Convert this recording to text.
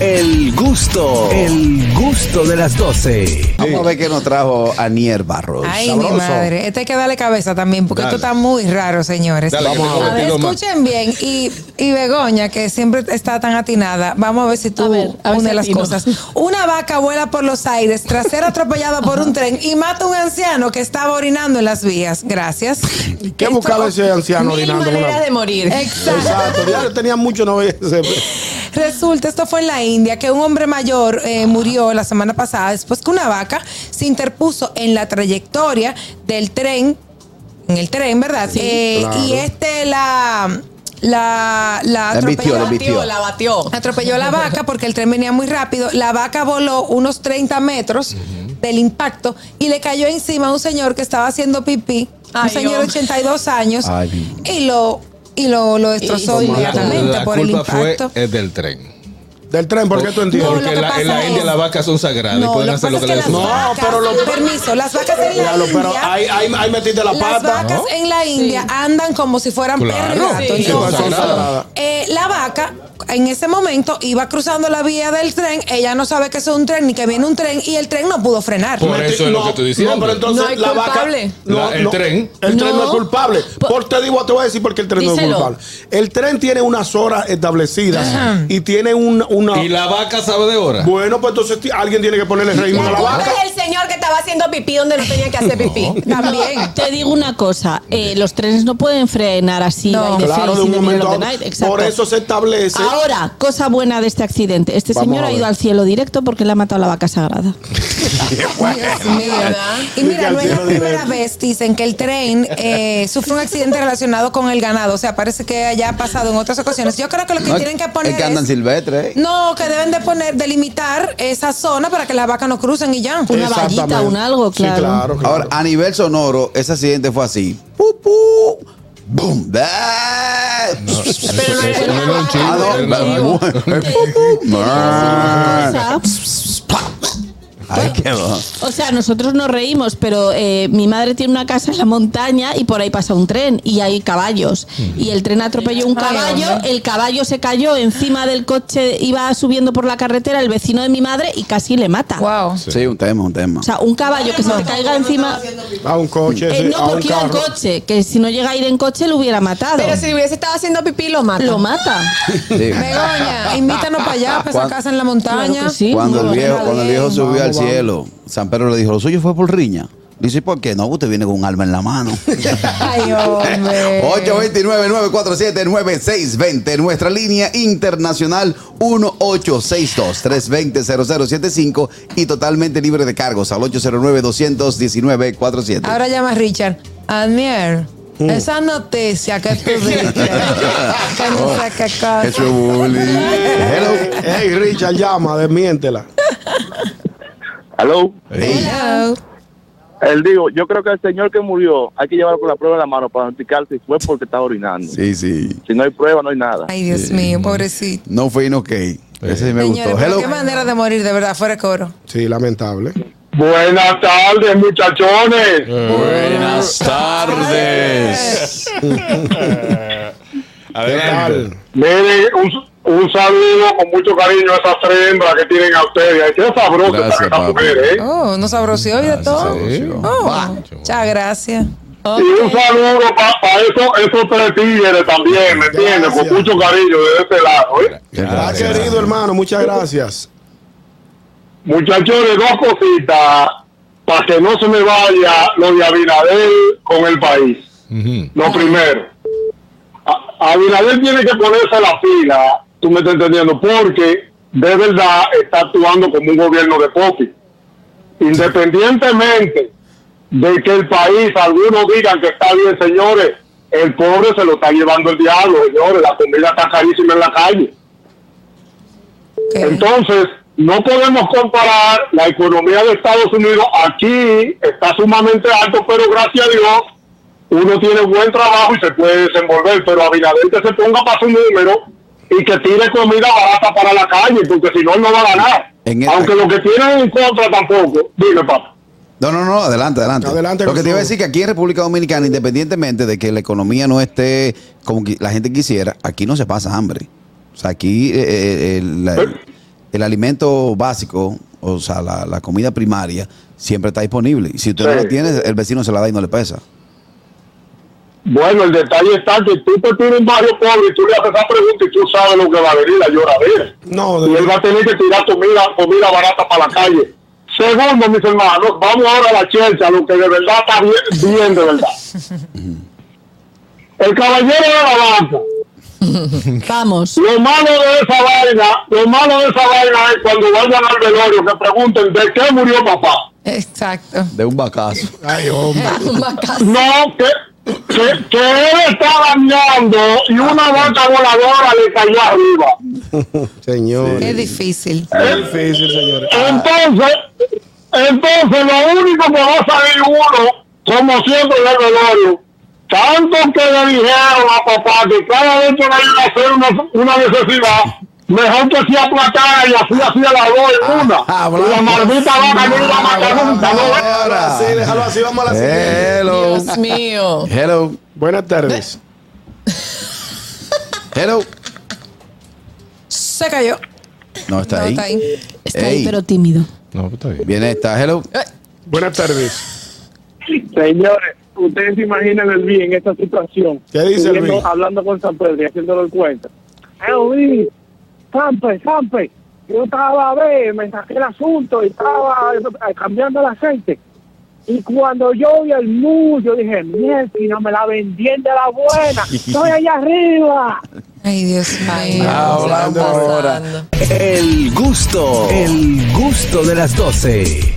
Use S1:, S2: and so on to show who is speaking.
S1: El gusto, el gusto de las 12.
S2: Vamos a ver qué nos trajo Anier Barros.
S3: Ay,
S2: Sabroso.
S3: mi madre. Esto hay que darle cabeza también, porque
S4: Dale.
S3: esto está muy raro, señores.
S4: Dale, que
S2: Vamos
S4: tengo
S2: a
S3: A ver,
S4: vestido más.
S3: escuchen bien. Y, y Begoña, que siempre está tan atinada, vamos a ver si tú
S5: A ver, a ver
S3: une
S5: si
S3: las
S5: atino.
S3: cosas. Una vaca vuela por los aires tras ser atropellada por un tren y mata a un anciano que estaba orinando en las vías. Gracias.
S6: ¿Qué
S3: Esto-
S6: buscaba ese anciano
S5: Mil
S6: orinando? en una-
S5: maneras de morir.
S3: Exacto.
S6: Exacto, ya tenía mucho no veía ese-
S3: Resulta, esto fue en la India, que un hombre mayor eh, murió la semana pasada después que una vaca se interpuso en la trayectoria del tren, en el tren, ¿verdad? Eh, Y este la... La, la
S2: La embistió,
S3: atropelló,
S2: la embistió.
S5: Batió, la batió.
S3: atropelló la vaca porque el tren venía muy rápido. La vaca voló unos 30 metros del impacto y le cayó encima a un señor que estaba haciendo pipí, un
S5: Ay,
S3: señor de
S5: hombre.
S3: 82 años,
S2: Ay.
S3: y lo y lo, lo destrozó
S5: Y- y-
S3: inmediatamente
S4: la
S3: por el
S4: culpa fue
S3: impacto.
S4: es del tren.
S6: del tren, ¿por qué tú entiendes?
S3: No,
S4: Porque
S3: lo que
S4: la-
S3: pasa
S4: en la
S3: es-
S4: India las vacas son sagradas y
S3: No,
S4: pueden
S3: lo pasa
S4: hacer lo
S3: es
S4: que
S3: que
S4: les
S3: las
S4: su
S6: No,
S3: vacas,
S6: pero lo-
S3: permiso, las vacas en la
S6: Diablo,
S3: India,
S6: pero ahí, ahí, ahí metiste la
S3: las
S6: pata.
S3: vacas en la India
S5: Sí.
S3: andan como si fueran perro y
S4: Claro,
S3: gato.
S5: sí,
S6: Sí,
S3: Entonces,
S6: son
S4: sagradas.
S6: sagradas.
S3: eh, la vaca en ese momento iba cruzando la vía del tren, ella no sabe que es un tren ni que viene un tren y el tren no pudo frenar.
S4: Por eso es lo que estoy diciendo.
S6: No, pero entonces
S5: No hay
S6: la
S5: culpable.
S6: vaca. No,
S4: La- el
S6: no,
S4: tren.
S6: El tren no
S5: No.
S6: es culpable.
S5: Po-
S6: Por te digo, te voy a decir por qué el tren no es
S5: Díselo.
S6: culpable. El tren tiene unas horas establecidas y tiene un- una.
S4: Y la vaca sabe de hora.
S6: Bueno, pues entonces ti- alguien tiene que ponerle reino a
S5: La
S6: la
S5: culpa
S6: vaca.
S5: es del señor que estaba haciendo pipí donde no tenía que hacer pipí.
S3: También.
S7: Te digo una cosa, eh, los trenes no pueden frenar así.
S3: No.
S7: by the
S6: Claro,
S7: face
S6: de
S7: y
S6: un
S7: the middle
S6: momento a
S7: of the
S6: otro.
S7: night, exacto.
S6: Por eso se establece.
S7: Ahora, cosa buena de este accidente. Este
S6: Vamos
S7: señor
S6: a
S7: ha
S6: ver.
S7: ido al cielo directo porque le ha matado la vaca sagrada.
S3: Dios mío. Y mira, no es la primera vez, dicen que el tren eh, sufre un accidente relacionado con el ganado. O sea, parece que haya pasado en otras ocasiones. Yo creo que lo que
S2: No,
S3: tienen que poner
S2: es que andan
S3: es-
S2: silvestres. eh.
S3: No, que deben de poner, delimitar esa zona para que las vacas no crucen y ya.
S7: Una
S6: Exactamente.
S7: vallita, un algo,
S6: Sí,
S7: claro.
S6: claro, claro.
S2: Ahora, a nivel sonoro, ese accidente fue así. Pu, pu, ¡Bum! ¡Ah!
S4: Eso-
S5: no
S4: eso
S5: era
S4: no era un
S2: Ah, no,
S4: chiste,
S2: ba-
S4: era
S2: bu-
S4: un-
S2: pu, pu,
S7: Una
S2: ah.
S7: cosa,
S2: Ay, qué va.
S7: o sea, nosotros nos reímos, pero eh, mi madre tiene una casa en la montaña y por ahí pasa un tren y hay caballos. Y el tren atropelló un caballo, el caballo se cayó encima del coche, iba subiendo por la carretera el vecino de mi madre y casi le mata.
S3: Wow.
S2: Sí, un tema, un tema.
S7: O sea, un caballo que se te caiga encima.
S6: A un coche,
S7: Eh,
S6: sí,
S7: no,
S6: a un
S7: porque iba en
S6: carro.
S7: coche, que si no llega a ir en coche lo hubiera matado.
S5: Pero si hubiese estado haciendo pipí, lo mata.
S7: lo mata.
S2: Sí.
S3: Begoña, invítanos para allá, para esa
S2: Cuan-
S3: casa en la montaña.
S7: Claro que sí.
S2: Cuando el
S7: Bueno,
S2: viejo,
S3: está
S2: cuando el
S3: bien.
S2: viejo subió
S6: Vamos,
S2: al
S6: vamos.
S2: cielo, San Pedro le dijo, lo suyo fue por riña. Dice, "¿Y ¿por qué? No, usted viene con un alma en la mano.
S3: Ay, hombre.
S2: 829-947-9620. Nuestra línea internacional 1862-320-0075 y totalmente libre de cargos al 809-219-47.
S3: Ahora llama a Richard. Anier,
S2: Mm.
S3: esa noticia que tú dices. que no sé qué cosa.
S2: Eso es bullying. Hello.
S6: Hey, Richard, llama, desmiéntela.
S8: Aló.
S3: Eh. Hello.
S8: Él digo, yo creo que el señor que murió hay que llevarlo con la prueba en la mano para notificar si fue porque estaba orinando.
S2: Sí, sí.
S8: Si no hay prueba, no hay nada.
S3: Ay, Dios mío, pobrecito.
S2: No fue in ok. Ese sí me
S3: Señores,
S2: gustó.
S3: pero
S2: Hello.
S3: qué manera de morir, de verdad, fuera de coro.
S6: Sí, lamentable.
S8: Buenas tardes, muchachones.
S9: Buenas tardes.
S6: Adelante.
S8: Miren, un, un saludo con mucho cariño a esas tres hembras que tienen a ustedes. Ay, Qué sabroso
S9: Gracias,
S8: están estas
S9: papi.
S8: mujeres, ¿eh?
S3: Oh, nos sabroció y de todo.
S4: sabroció.
S3: Oh, muchas gracias.
S8: Y un saludo para esos, esos tres tigres también, ¿me entiendes? Con
S6: Gracias.
S8: mucho cariño de este lado, ¿eh?
S6: Ah,
S4: Gracias.
S6: querido hermano, muchas gracias.
S8: Muchachos, dos cositas para que no se me vaya lo de Abinader con el país.
S4: Ujú.
S8: Lo primero, A- Abinader tiene que ponerse a la fila, tú me estás entendiendo, porque de verdad está actuando como un gobierno de popi. Independientemente de que el país, algunos digan que está bien, señores, el pobre se lo está llevando el diablo, señores, la comida está carísima en la calle.
S3: Ok.
S8: Entonces, no podemos comparar la economía de Estados Unidos. Aquí está sumamente alto, pero gracias a Dios uno tiene buen trabajo y se puede desenvolver. Pero Abinader que se ponga para su número y que tire comida barata para la calle, porque si no, él no va a ganar.
S2: En esta-
S8: Aunque lo que tienen en contra tampoco. Dime, papá.
S2: No, no, no, adelante, adelante.
S6: Adelante,
S2: Lo que te
S6: Gonzalo.
S2: iba a decir que aquí en República Dominicana, independientemente de que la economía no esté como que la gente quisiera, aquí no se pasa hambre. O sea, aquí eh, eh, eh, la, el alimento básico, o sea, la, la comida primaria, siempre está disponible. Y si usted no
S8: Sí.
S2: la tiene, el vecino se la da y no le pesa.
S8: Bueno, el detalle está que tú te tienes un barrio pobre y tú le haces esa pregunta y tú sabes lo que va a venir la lloradera.
S6: No, de-
S8: Y él va a tener que tirar comida, comida barata para la calle. Segundo, mis hermanos, vamos ahora a la chelcha, lo que de verdad está bien, bien de verdad. El caballero de la banca.
S7: Vamos.
S8: Lo malo de esa vaina, lo malo de esa vaina es cuando vayan al velorio que pregunten de qué murió papá.
S3: Exacto.
S2: De un bacazo.
S6: Ay, hombre.
S8: No, que, que, que él estaba andando y una vaca voladora le cayó arriba.
S6: Señor.
S3: Qué difícil.
S6: Qué difícil, señores.
S8: Entonces, entonces lo único que va a salir uno, como siempre del velorio, tanto que le dijeron a papá que cada vez que vayan a hacer una, una necesidad, mejor que sea aplacara y así hacía la dos en una.
S2: Ah,
S8: y la
S2: blanco.
S8: maldita vaca no iba a
S6: Ah,
S8: matar nunca, ¿no?
S6: Ahora sí, déjalo así, vamos a
S2: Eh.
S6: la siguiente.
S2: Hello.
S5: Dios mío.
S2: Hello.
S6: Buenas tardes.
S2: Hello.
S3: Se cayó.
S2: No, está
S3: No,
S2: ahí.
S3: está ahí.
S7: Está
S2: Ey.
S7: ahí, pero tímido.
S4: No, pues está bien.
S2: Viene esta. Hello.
S6: Buenas tardes.
S8: Señores, ustedes se imaginan el bien en esta situación.
S6: ¿Qué dice el
S8: Viendo-
S6: Luis?
S8: Hablando con San Pedro y haciéndolo el cuento. Eh, Luis, Sampe, Sampe, yo estaba a ver, me saqué el asunto y estaba eh, cambiando el aceite. Y cuando yo vi el muro, yo dije, mierda, y no me la vendían de la buena. Estoy allá arriba.
S3: Ay, Dios mío.
S2: Hablando ahora.
S1: El gusto, el gusto de las 12.